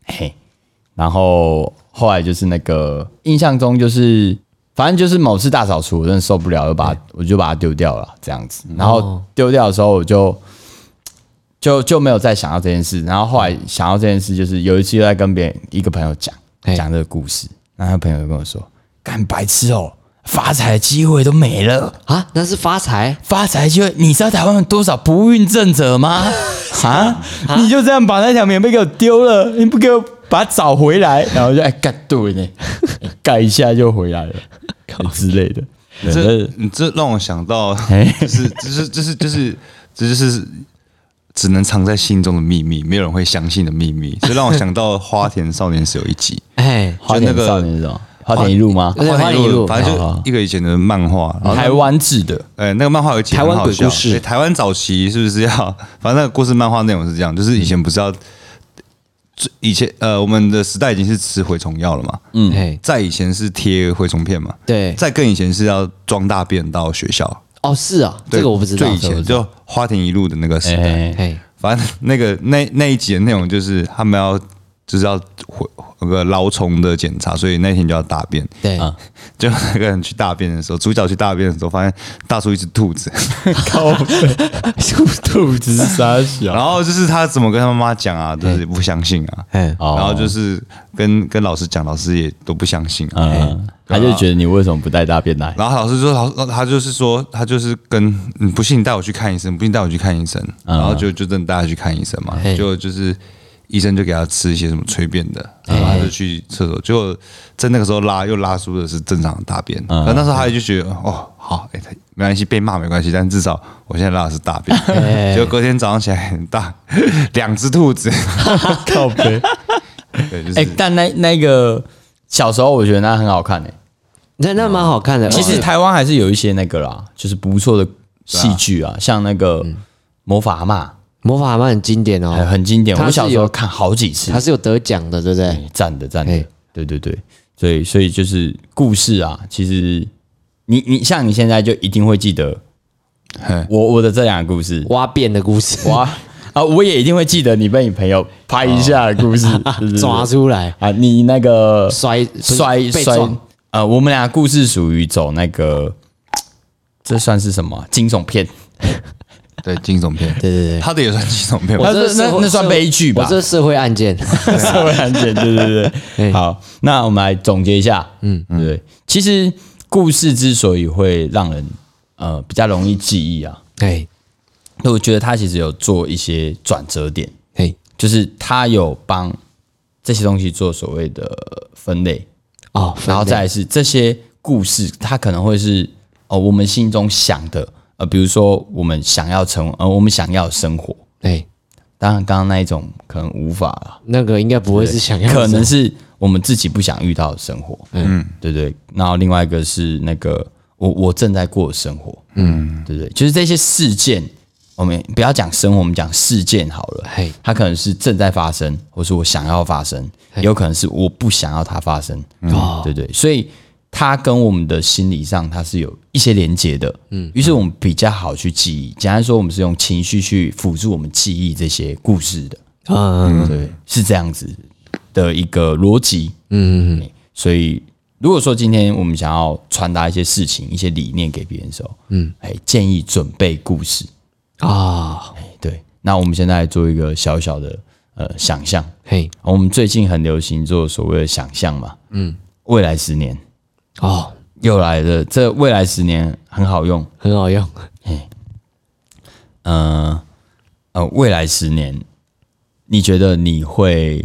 Speaker 1: 嘿，然后后来就是那个印象中就是，反正就是某次大扫除，我真的受不了，就把我就把它丢掉了这样子。然后丢掉的时候，我就就就没有再想到这件事。然后后来想到这件事，就是有一次又在跟别人一个朋友讲
Speaker 2: 嘿
Speaker 1: 讲这个故事，然后他朋友就跟我说：“干白痴哦，发财的机会都没了。”
Speaker 2: 啊，那是发财，
Speaker 1: 发财机会，你知道台湾有多少不孕症者吗？啊，你就这样把那条棉被给我丢了，你不给我把它找回来，然后就哎干对呢，盖一下就回来了之类的。
Speaker 3: 这你这让我想
Speaker 2: [LAUGHS]
Speaker 3: 到，
Speaker 2: 哎
Speaker 3: [LAUGHS] 就是就是就是就是这就是只能藏在心中的秘密，没有人会相信的秘密。这让我想到《花田少年时》有一
Speaker 2: [LAUGHS]
Speaker 3: 集，
Speaker 2: 哎，
Speaker 1: 花田少年是什么？花田一路吗？
Speaker 2: 对花田一路
Speaker 3: 反正
Speaker 1: 好好
Speaker 3: 就一个以前的漫画，然后
Speaker 1: 台湾制的，
Speaker 3: 呃，那个漫画有几
Speaker 2: 台湾
Speaker 3: 很好
Speaker 2: 鬼
Speaker 3: 笑
Speaker 2: 故事
Speaker 3: 对台湾早期是不是要？反正那个故事漫画内容是这样，就是以前不是要，最以前呃，我们的时代已经是吃蛔虫药了嘛，嗯，
Speaker 2: 哎，
Speaker 3: 在以前是贴蛔虫片嘛，
Speaker 2: 对，
Speaker 3: 再更以前是要装大便到学校，
Speaker 2: 哦，是啊，
Speaker 3: 对
Speaker 2: 这个我不知道
Speaker 3: 最以，前就花田一路的那个时代，
Speaker 1: 哎，
Speaker 2: 哎，
Speaker 3: 反正那个那那一集的内容就是他们要就是要回有个劳虫的检查，所以那天就要大便。
Speaker 2: 对，
Speaker 1: 啊
Speaker 3: 就那个人去大便的时候，主角去大便的时候，发现大叔一只
Speaker 2: [LAUGHS]
Speaker 3: 兔子，
Speaker 1: 靠，肚子是啥小？
Speaker 3: 然后就是他怎么跟他妈妈讲啊，就是不相信啊，
Speaker 2: 哎，
Speaker 1: 哦
Speaker 3: 然后就是跟跟老师讲，老师也都不相信啊。
Speaker 1: [LAUGHS] 嗯，他就觉得你为什么不带大便来？
Speaker 3: 然后老师就老他就是说他就是跟你不信你带我去看医生，不信带我去看医生，然后就就真的带他去看医生嘛，
Speaker 2: 嗯嘿
Speaker 3: 就就是医生就给他吃一些什么催便的，然后他就去厕所，结果在那个时候拉又拉出的是正常的大便，
Speaker 2: 嗯
Speaker 3: 可那时候他就觉得哦好，哎、他没关系被骂没关系，但至少我现在拉的是大便，结果隔天早上起来很大，两只兔子， [LAUGHS]
Speaker 1: 靠背。
Speaker 3: 对，就是、
Speaker 1: [LAUGHS] 哎，但那那个小时候我觉得那很好看欸诶。
Speaker 2: 那那蛮好看的。哦
Speaker 1: 其实
Speaker 2: 而且
Speaker 1: 台湾还是有一些那个啦，就是不错的戏剧啊，像那个魔法阿嬷
Speaker 2: 魔法阿嬷很经典
Speaker 1: 哎
Speaker 2: 嗯哦，
Speaker 1: 很经典，
Speaker 2: 它是
Speaker 1: 我小时候
Speaker 2: 有
Speaker 1: 看好几次
Speaker 2: 它。是有得奖的，对不对？
Speaker 1: 赞的赞的
Speaker 2: 哎，
Speaker 1: 对对对，所以所以就是故事啊，其实你你像你现在就一定会记得
Speaker 3: 嘿
Speaker 1: 我我的这两个故事，
Speaker 2: 挖变的故事，
Speaker 1: 哇啊，我也一定会记得你被你朋友拍一下的
Speaker 2: [LAUGHS]
Speaker 1: 故事，对对对
Speaker 2: 抓出来，
Speaker 1: 啊，你那
Speaker 2: [LAUGHS]
Speaker 1: 个
Speaker 2: 摔不是
Speaker 1: 摔
Speaker 2: 被
Speaker 1: 摔
Speaker 2: 撞，
Speaker 1: 呃，我们俩故事属于走那个，这算是什么啊惊悚
Speaker 2: [LAUGHS]
Speaker 1: 片？
Speaker 3: 对惊悚片，
Speaker 2: 对对对，
Speaker 3: 他的也算惊悚片吧
Speaker 1: 我，
Speaker 2: 我这
Speaker 1: 那那
Speaker 2: 社会
Speaker 1: 那算
Speaker 2: 社会
Speaker 1: 悲剧吧
Speaker 2: 我这社会
Speaker 1: [LAUGHS]
Speaker 2: 案件，
Speaker 1: 社会案件，对对对。
Speaker 2: 哎
Speaker 1: 好，那我们来总结一下，嗯，对。其实故事之所以会让人呃比较容易记忆啊，
Speaker 2: 哎
Speaker 1: 我觉得他其实有做一些转折点，
Speaker 2: 哎
Speaker 1: 就是他有帮这些东西做所谓的分类，
Speaker 2: 哦，
Speaker 1: 然后
Speaker 2: 分类
Speaker 1: 再来是这些故事，它可能会是哦我们心中想的，呃，比如说我们想要成，呃，我们想要的生活。
Speaker 2: 哎，
Speaker 1: 当然，刚刚那一种可能无法了，
Speaker 2: 那个应该不会是想要的
Speaker 1: 可能是我们自己不想遇到的生活，嗯，对不对。然后另外一个是那个我我正在过的生活，嗯，对不对？就是这些事件，我们不要讲生活，我们讲事件好了
Speaker 2: 嘿。
Speaker 1: 它可能是正在发生，或是我想要发生，也有可能是我不想要它发生，嗯
Speaker 2: 哦
Speaker 1: 对不对？所以它跟我们的心理上它是有一些连接的，嗯。于是我们比较好去记忆。简单说，我们是用情绪去辅助我们记忆这些故事的。
Speaker 2: 嗯，
Speaker 1: 对，是这样子的一个逻辑。嗯所以如果说今天我们想要传达一些事情、一些理念给别人的时候，嗯，哎，建议准备故事。
Speaker 2: 啊，
Speaker 1: 哎对，那我们现在来做一个小小的呃想象。
Speaker 2: 嘿
Speaker 1: 哦我们最近很流行做所谓的想象嘛，嗯，未来十年
Speaker 2: 哦，
Speaker 1: 又来了，这未来十年很好用，
Speaker 2: 很好用，
Speaker 1: 呃呃，未来十年，你觉得你会，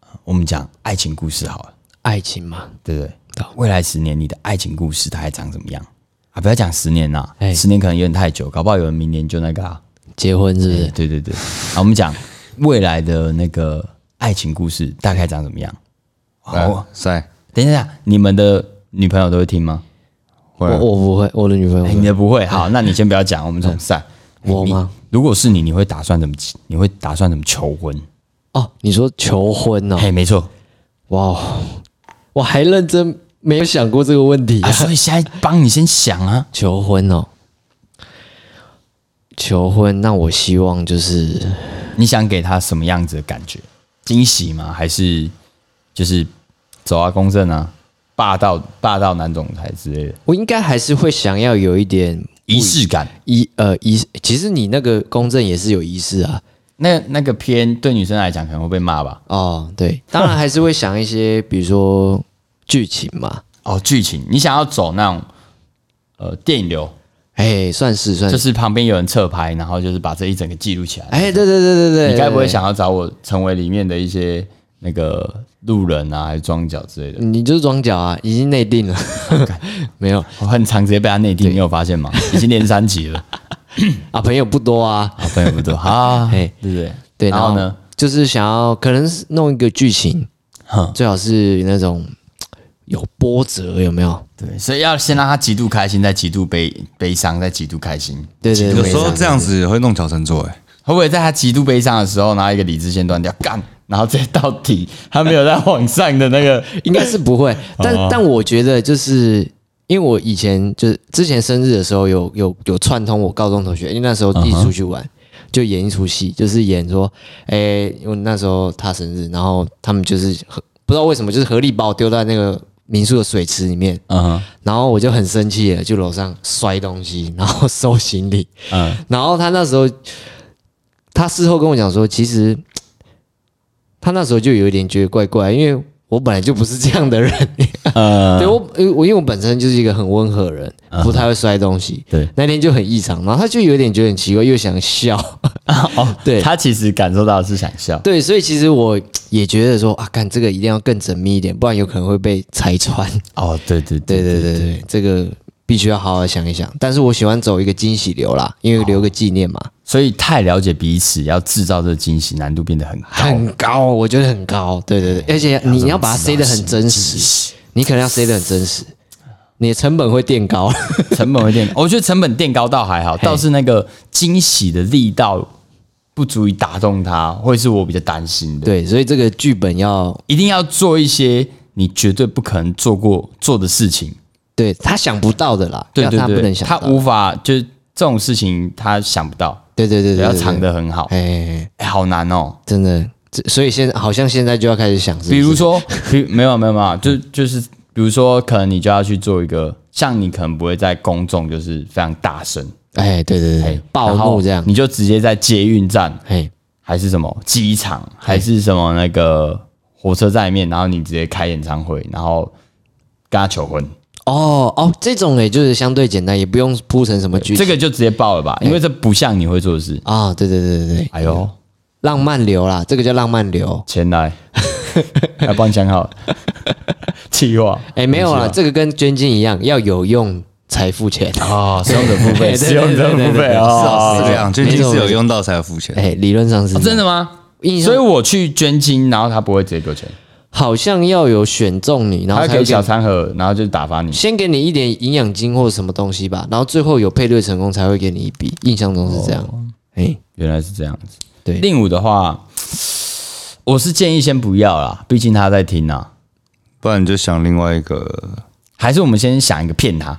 Speaker 1: 呃我们讲爱情故事好了。
Speaker 2: 爱情嘛，
Speaker 1: 对不对
Speaker 2: 懂？
Speaker 1: 未来十年你的爱情故事大概长怎么样啊？不要讲十年啦，
Speaker 2: 哎
Speaker 1: 十年可能有点太久，搞不好有人明年就那个啊。
Speaker 2: 结婚是不是？
Speaker 1: 对对对，啊，我们讲未来的那个爱情故事大概长怎么样？啊哦
Speaker 3: 好，塞，
Speaker 1: 等一下，你们的女朋友都会听吗？
Speaker 3: 我
Speaker 2: 我我不会，我的女朋友
Speaker 1: 哎
Speaker 2: 不
Speaker 1: 你
Speaker 2: 会
Speaker 1: 的不会，好，那你先不要讲，我们从散。
Speaker 2: [LAUGHS] 我
Speaker 1: 你
Speaker 2: 吗？？
Speaker 1: 如果是你，你会打算怎么？你会打算怎么求婚？
Speaker 2: 哦，你说求婚哦？
Speaker 1: 嘿，没错
Speaker 2: 哇哦，我还认真没有想过这个问题
Speaker 1: 啊，
Speaker 2: 啊。
Speaker 1: 所以现在帮你先想啊。
Speaker 2: 求婚哦，求婚，那我希望就是
Speaker 1: 你想给他什么样子的感觉？惊喜吗？还是就是走啊公正啊，霸道霸道男总裁之类的
Speaker 2: 我应该还是会想要有一点
Speaker 1: 仪式感？
Speaker 2: 仪呃仪，其实你那个公证也是有仪式啊。
Speaker 1: 那那个偏对女生来讲可能会被骂吧？
Speaker 2: 哦，对，当然还是会想一些，比如说剧情嘛， [LAUGHS]
Speaker 1: 哦，剧情你想要走那种呃电影流，
Speaker 2: 哎，算是算，
Speaker 1: 就是是旁边有人侧拍，然后就是把这一整个记录起来。
Speaker 2: 哎，对对对对对，
Speaker 1: 你该不会想要找我成为里面的一些那个路人啊，还是装脚之类的？
Speaker 2: 你就是装脚啊，已经内定了， [LAUGHS] 没有
Speaker 1: 我很常直接被他内定，你有发 [LAUGHS] 现吗？已经连三级 [LAUGHS] 了，
Speaker 2: 啊，朋友不多啊，
Speaker 1: 好朋友不多啊，
Speaker 2: 哎
Speaker 1: 对不对？
Speaker 2: 对，
Speaker 1: 然后呢？
Speaker 2: 就是想要可能是弄一个剧情
Speaker 1: 哼，
Speaker 2: 最好是那种嗯有波折，有没有？
Speaker 1: 对，所以要先让他极度开心，再极度悲悲伤，再极度开心。
Speaker 2: 对对对，
Speaker 3: 有时
Speaker 2: 没
Speaker 3: 候
Speaker 2: 错
Speaker 3: 这样子也会弄巧成拙哎、
Speaker 1: 会不会在他极度悲伤的时候，拿一个理智线断掉，干，然后直接到底，他没有在往上的那个
Speaker 2: 应该是不会，但但我觉得就是。因为我以前就是之前生日的时候有有有串通我高中同学，因为那时候一起出去玩就演一出戏，就是演说，哎、我那时候他生日，然后他们就是很不知道为什么，就是合力把我丢在那个民宿的水池里面，
Speaker 1: [LAUGHS] 嗯哼，
Speaker 2: 然后我就很生气了，就楼上摔东西，然后收行李。
Speaker 1: 嗯
Speaker 2: 然后他那时候，他事后跟我讲说，其实他那时候就有一点觉得怪怪，因为我本来就不是这样的人。
Speaker 1: 呃，
Speaker 2: 对我，我因为我本身就是一个很温和的人，不太会摔东西。
Speaker 1: 嗯对，
Speaker 2: 那天就很异常，然后他就有点觉得很奇怪，又想笑。 [LAUGHS]
Speaker 1: 哦，
Speaker 2: 对
Speaker 1: 他其实感受到的是想笑，
Speaker 2: 对，所以其实我也觉得说啊，干这个一定要更缜密一点，不然有可能会被拆穿。
Speaker 1: 哦，对对
Speaker 2: 对对对对，这个必须要好好想一想。但是我喜欢走一个惊喜流啦，因为留个纪念嘛，
Speaker 1: 所以太了解彼此，要制造这个惊喜难度变得很高。
Speaker 2: 很高，我觉得很高。对对
Speaker 1: 哎
Speaker 2: 对，而且你要把它塞得很真实，你可能要塞得很真实，你的成本会
Speaker 1: [LAUGHS]
Speaker 2: 垫高。
Speaker 1: 成本会垫，我觉得成本垫高倒还好，倒是那个惊喜的力道不足以打动他，会是我比较担心的。，
Speaker 2: 对，所以这个剧本要
Speaker 1: 一定要做一些你绝对不可能做过做的事情。
Speaker 2: 对他想不到的啦，
Speaker 1: 对
Speaker 2: 要
Speaker 1: 对
Speaker 2: 啊他
Speaker 1: 对，
Speaker 2: 不能想
Speaker 1: 他
Speaker 2: 到，
Speaker 1: 无法就是这种事情，他想不到，
Speaker 2: 对对对对，
Speaker 1: 要
Speaker 2: 对
Speaker 1: 藏，得很好，
Speaker 2: 对哎，
Speaker 1: 哎好难哦。
Speaker 2: 真的，这所以现在好像现在就要开始想，是不是
Speaker 1: 比如说， [LAUGHS] 比没有没有没有，就就是比如说，可能你就要去做一个，像你可能不会在公众就是非常大声
Speaker 2: 哎，对对对，暴
Speaker 1: 然后
Speaker 2: 怒这样，
Speaker 1: 你就直接在捷运站
Speaker 2: 哎，
Speaker 1: 还是什么机场，还是什么那个火车站里面，然后你直接开演唱会，然后跟他求婚，
Speaker 2: 哦哦，这种哎，就是相对简单，也不用铺成什么剧
Speaker 1: 这
Speaker 2: 情
Speaker 1: 个就直接爆了吧，因为这不像你会做的事。
Speaker 2: 啊，对对对对对，
Speaker 1: 哎呦，
Speaker 2: 浪漫流啦，这个叫浪漫流。
Speaker 1: 钱来， [LAUGHS] 来帮你想好，气话
Speaker 2: 哎，没有啦，这个跟捐精一样，要有用才付钱。
Speaker 1: 啊，使用者付费， [LAUGHS]
Speaker 2: 对对对
Speaker 1: 使用者付
Speaker 2: 对对
Speaker 1: 费
Speaker 2: 对
Speaker 1: 啊，
Speaker 3: 是这样，最近
Speaker 2: 没错
Speaker 3: 是有
Speaker 2: 没错
Speaker 3: 用到才有付钱。
Speaker 2: 哎，理论上是
Speaker 1: 哦真
Speaker 2: 的，
Speaker 1: 的吗？
Speaker 2: 印象
Speaker 1: 所以我去捐精，然后他不会直接给我钱，
Speaker 2: 好像要有选中你，然后
Speaker 1: 他
Speaker 2: 才
Speaker 1: 给
Speaker 2: 有
Speaker 1: 小餐盒，然后就打发你。
Speaker 2: 先给你一点营养金或者什么东西吧，然后最后有配对成功才会给你一笔。印象中是这
Speaker 1: 哦
Speaker 2: 样。哎、
Speaker 1: 原来是这样子。
Speaker 2: 对
Speaker 1: 令武的话，我是建议先不要啦，毕竟他在听啊。
Speaker 3: 不然你就想另外一个，
Speaker 1: 还是我们先想一个骗
Speaker 2: [LAUGHS]
Speaker 1: 他，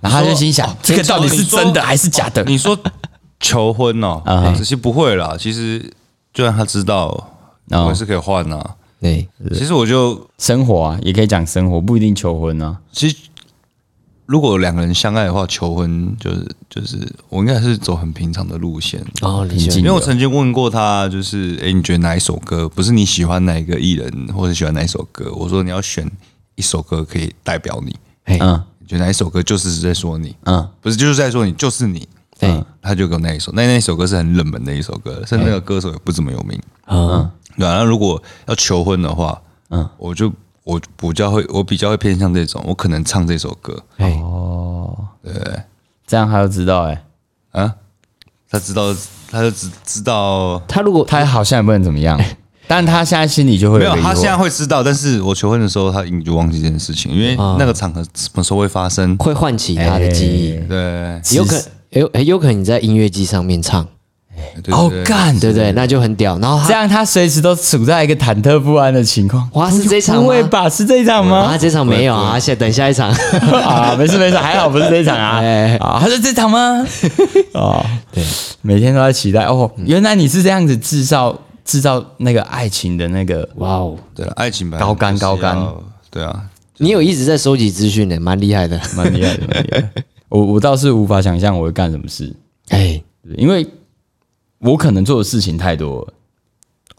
Speaker 1: 然后他就心
Speaker 2: 哦
Speaker 1: 想、这个到底是真的还是假的？
Speaker 3: 你说求婚哦，其实不会啦，其实就算他知道，
Speaker 1: 哦
Speaker 3: 我也是可以换啊。
Speaker 2: 对，
Speaker 3: 其实我就
Speaker 1: 生活啊，也可以讲生活，不一定求婚
Speaker 2: 哦
Speaker 1: 啊。
Speaker 3: 其实。如果两个人相爱的话，求婚就是就是我应该是走很平常的路线，
Speaker 2: 然后你喜欢
Speaker 1: 静
Speaker 3: 因
Speaker 1: 的
Speaker 3: 为我曾经问过他，就是诶，你觉得哪一首歌不是你喜欢哪一个艺人，或者喜欢哪一首歌？我说你要选一首歌可以代表你，
Speaker 2: 哎
Speaker 1: 嗯
Speaker 3: 你觉得哪一首歌就是在说你，
Speaker 1: 嗯，
Speaker 3: 不是就是在说你就是你。嗯
Speaker 2: 哎
Speaker 3: 他就给我那一首，那那一首歌是很冷门的一首歌，甚至那个歌手也不怎么有名，
Speaker 2: 嗯
Speaker 3: 对啊，那如果要求婚的话，
Speaker 1: 嗯
Speaker 3: 嗯，我就我比较会，我比较会偏向这种，我可能唱这首歌
Speaker 2: 哎
Speaker 1: 哦这样他就知道哎、
Speaker 3: 啊，他知道，他就知知道。
Speaker 2: 他如果哎
Speaker 1: 他好像也不能怎么样，但他现在心里就会
Speaker 3: 没
Speaker 1: 有
Speaker 3: 有
Speaker 1: 一，个疑惑
Speaker 3: 他现在会知道，但是我求婚的时候，他已经就忘记这件事情，因为那个场合什么时候会发生？
Speaker 2: 会唤起他的记忆，
Speaker 1: 哎
Speaker 3: 对
Speaker 2: 有可有哎有可能你在音乐季上面唱，
Speaker 3: 对对
Speaker 1: 哦
Speaker 3: 对
Speaker 1: 干，
Speaker 2: 对不对？那就很屌。然后
Speaker 1: 这
Speaker 2: 他
Speaker 1: 样他随时都处在一个忐忑不安的情况。
Speaker 2: 哇是这场吗
Speaker 1: 不会吧？是这一场
Speaker 2: 啊，
Speaker 1: 吗
Speaker 2: 他？这场没有啊，下等下一场。
Speaker 1: [LAUGHS] 啊，没事没事，还好不是这一场啊。
Speaker 2: 哎
Speaker 1: 啊，他是这场
Speaker 2: [LAUGHS]
Speaker 1: 吗？哦，对，每天都在期待哦。原来你是这样子制造制造那个爱情的那个
Speaker 2: 哇哦，
Speaker 3: 对了，爱情吧，
Speaker 1: 高干
Speaker 3: 就是要
Speaker 1: 高干，
Speaker 3: 对啊，
Speaker 2: 你有一直在收集资讯的，蛮厉害的。
Speaker 1: 蛮厉害的，蛮厉害的。我我倒是无法想象我会干什么事，
Speaker 2: [LAUGHS] 哎
Speaker 1: 因为我可能做的事情太多了。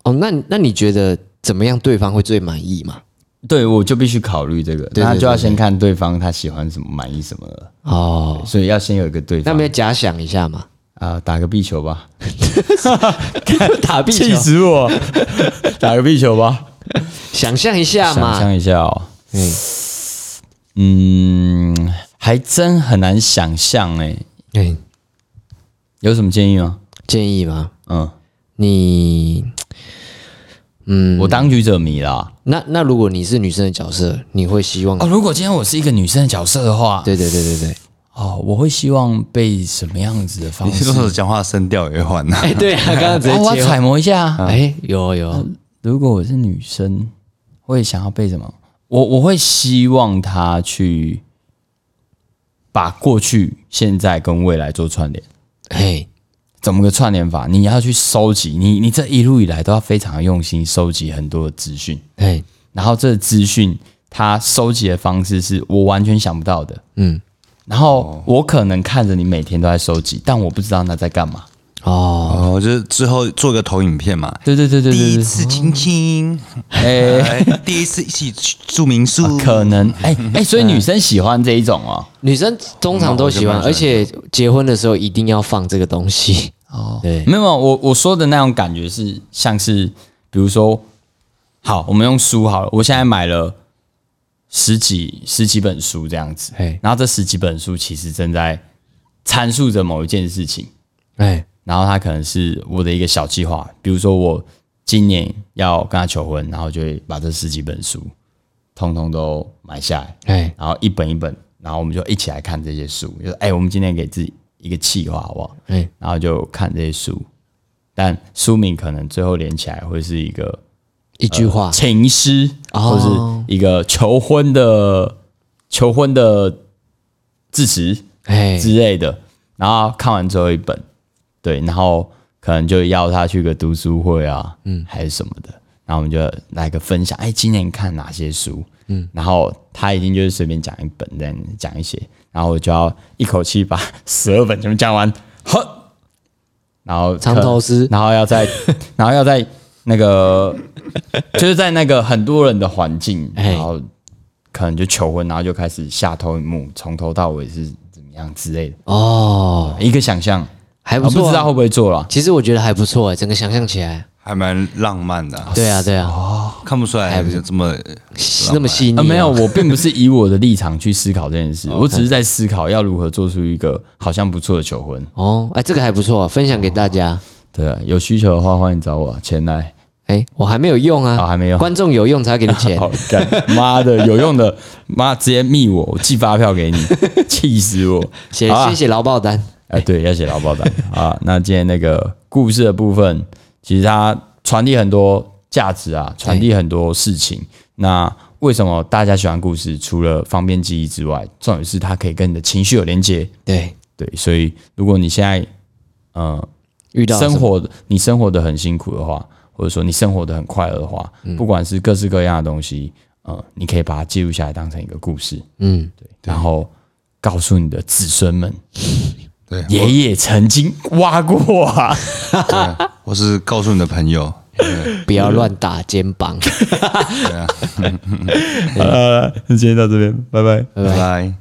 Speaker 2: 哦，那那你觉得怎么样对方会最满意嘛？
Speaker 1: 对，我就必须考虑这个，
Speaker 2: 对
Speaker 1: 那就要
Speaker 2: 对
Speaker 1: 先看对方他喜欢什么、满意什么了，
Speaker 2: 哦，
Speaker 1: 所以要先有一个对
Speaker 2: 那
Speaker 1: 方
Speaker 2: 没有假想一下嘛？
Speaker 1: 啊，打个壁球吧，
Speaker 2: [LAUGHS] 打
Speaker 1: [LAUGHS]
Speaker 2: 壁
Speaker 1: 气
Speaker 2: 球，
Speaker 1: 死
Speaker 2: [LAUGHS]
Speaker 1: 我，打个壁球吧，
Speaker 2: 想象一下
Speaker 1: 想
Speaker 2: 嘛。
Speaker 1: 象一下哦，
Speaker 2: 嗯，
Speaker 1: 嗯，还真很难想象哎、
Speaker 2: 哎，
Speaker 1: 有什么建议吗？
Speaker 2: 建议吗？
Speaker 1: 嗯，
Speaker 2: 你，嗯，
Speaker 1: 我当局者迷啦。
Speaker 2: 那那如果你是女生的角色，你会希望？
Speaker 1: 哦，如果今天我是一个女生的角色的话，
Speaker 2: 嗯对对对对对，
Speaker 1: 哦，我会希望被什么样子的方
Speaker 3: 你
Speaker 1: 式
Speaker 3: 这？种讲话声调也会换啊。
Speaker 2: [LAUGHS] 哎，对啊， [LAUGHS] 刚 [LAUGHS] 刚直
Speaker 1: 哦，我要
Speaker 2: 接
Speaker 1: 揣摩一下啊。
Speaker 2: 哎，有有，
Speaker 1: 如果我是女生，会想要被什么？我我会希望她去把过去、现在跟未来做串联。
Speaker 2: 哎，
Speaker 1: 怎么个串联法？你要去收集，你你这一路以来都要非常用心收集很多的资讯。
Speaker 2: 哎，
Speaker 1: 然后这个资讯他收集的方式是我完全想不到的，
Speaker 2: 嗯，
Speaker 1: 然后我可能看着你每天都在收集，但我不知道那在干嘛。
Speaker 2: 哦，
Speaker 3: 哦，就是之后做个投影片嘛。
Speaker 1: 对对对对
Speaker 3: 第
Speaker 1: 对
Speaker 3: 一
Speaker 1: 对，
Speaker 3: 次亲亲，
Speaker 1: 哎、
Speaker 3: 哎，第一次一起去住民宿，
Speaker 1: 可能哎哎、所以女生喜欢这一种哦。
Speaker 2: 女生通常都喜欢，
Speaker 3: 嗯
Speaker 2: 而且结婚的时候一定要放这个东西。
Speaker 1: 哦，
Speaker 2: 对
Speaker 1: 没有，没有我我说的那种感觉是像是，比如说，好，我们用书好了，我现在买了十几十几本书这样子
Speaker 2: 嘿，
Speaker 1: 然后这十几本书其实正在阐述着某一件事情，
Speaker 2: 哎，
Speaker 1: 然后它可能是我的一个小计划，比如说我今年要跟他求婚，然后就会把这十几本书通通都买下来，
Speaker 2: 哎，
Speaker 1: 然后一本一本，然后我们就一起来看这些书，就说哎、我们今天给自己一个计划好不好？
Speaker 2: 哎，
Speaker 1: 然后就看这些书，但书名可能最后连起来会是一个
Speaker 2: 一句话，
Speaker 1: 情诗，或
Speaker 2: 哦
Speaker 1: 是一个求婚的求婚的致辞
Speaker 2: 哎，
Speaker 1: 之类的。然后看完最后一本，对，然后可能就邀他去个读书会啊，嗯，还是什么的。然后我们就来个分享，哎，今年看哪些书？嗯，然后他一定就是随便讲一本，这样讲一些，然后我就要一口气把 [LAUGHS] 十二本全部讲完，呵，然后
Speaker 2: 藏头诗
Speaker 1: 然后要
Speaker 2: [LAUGHS]
Speaker 1: 在，然后要在那个，就是在那个很多人的环境，
Speaker 2: 哎
Speaker 1: 然后可能就求婚，然后就开始下头幕，从头到尾是怎么样之类的，
Speaker 2: 哦，
Speaker 1: 一个想象，
Speaker 2: 还不错啊
Speaker 1: 我不知道会不会做了。
Speaker 2: 其实我觉得还不错，哎，整个想象起来，
Speaker 3: 还蛮浪漫的啊，
Speaker 2: 对啊，对啊，
Speaker 3: 看不出来有这么呃
Speaker 2: 那么细腻
Speaker 1: 哦啊，
Speaker 2: 啊，
Speaker 1: 没有，我并不是以我的立场去思考这件
Speaker 2: 哦
Speaker 1: 事，我只是在思考要如何做出一个好像不错的求婚。
Speaker 2: 哦，哎，这个还不错，分享给大家。
Speaker 1: 对啊，有需求的话欢迎找我前来。
Speaker 2: 哎，我还没有用啊，
Speaker 1: 哦还没用
Speaker 2: 观众有用才要给你
Speaker 1: [LAUGHS]
Speaker 2: 钱。
Speaker 1: 好干，妈的，有用的，妈直接密我，我寄发票给你， [LAUGHS] 气死我！
Speaker 2: 写
Speaker 1: 好啊
Speaker 2: 谢谢劳报单，
Speaker 1: 哎，对，要写劳保单啊。那今天那个故事的部分，其实它传递很多价值啊，传递很多事情。那为什么大家喜欢故事？除了方便记忆之外，重点是它可以跟你的情绪有连接。
Speaker 2: 对，
Speaker 1: 对，所以如果你现在呃
Speaker 2: 遇到
Speaker 1: 生
Speaker 2: 什么
Speaker 1: 活你生活的很辛苦的话，或者说你生活的很快乐的话，
Speaker 2: 嗯
Speaker 1: 不管是各式各样的东西，呃，你可以把它记录下来，当成一个故事，
Speaker 2: 嗯，
Speaker 1: 然后告诉你的子孙们，
Speaker 3: 对，
Speaker 1: 爷爷曾经挖过啊。
Speaker 3: 对我是告诉你的朋友，
Speaker 2: 不要乱打肩膀。
Speaker 1: 呃，今天到这边，拜拜。
Speaker 3: 拜拜。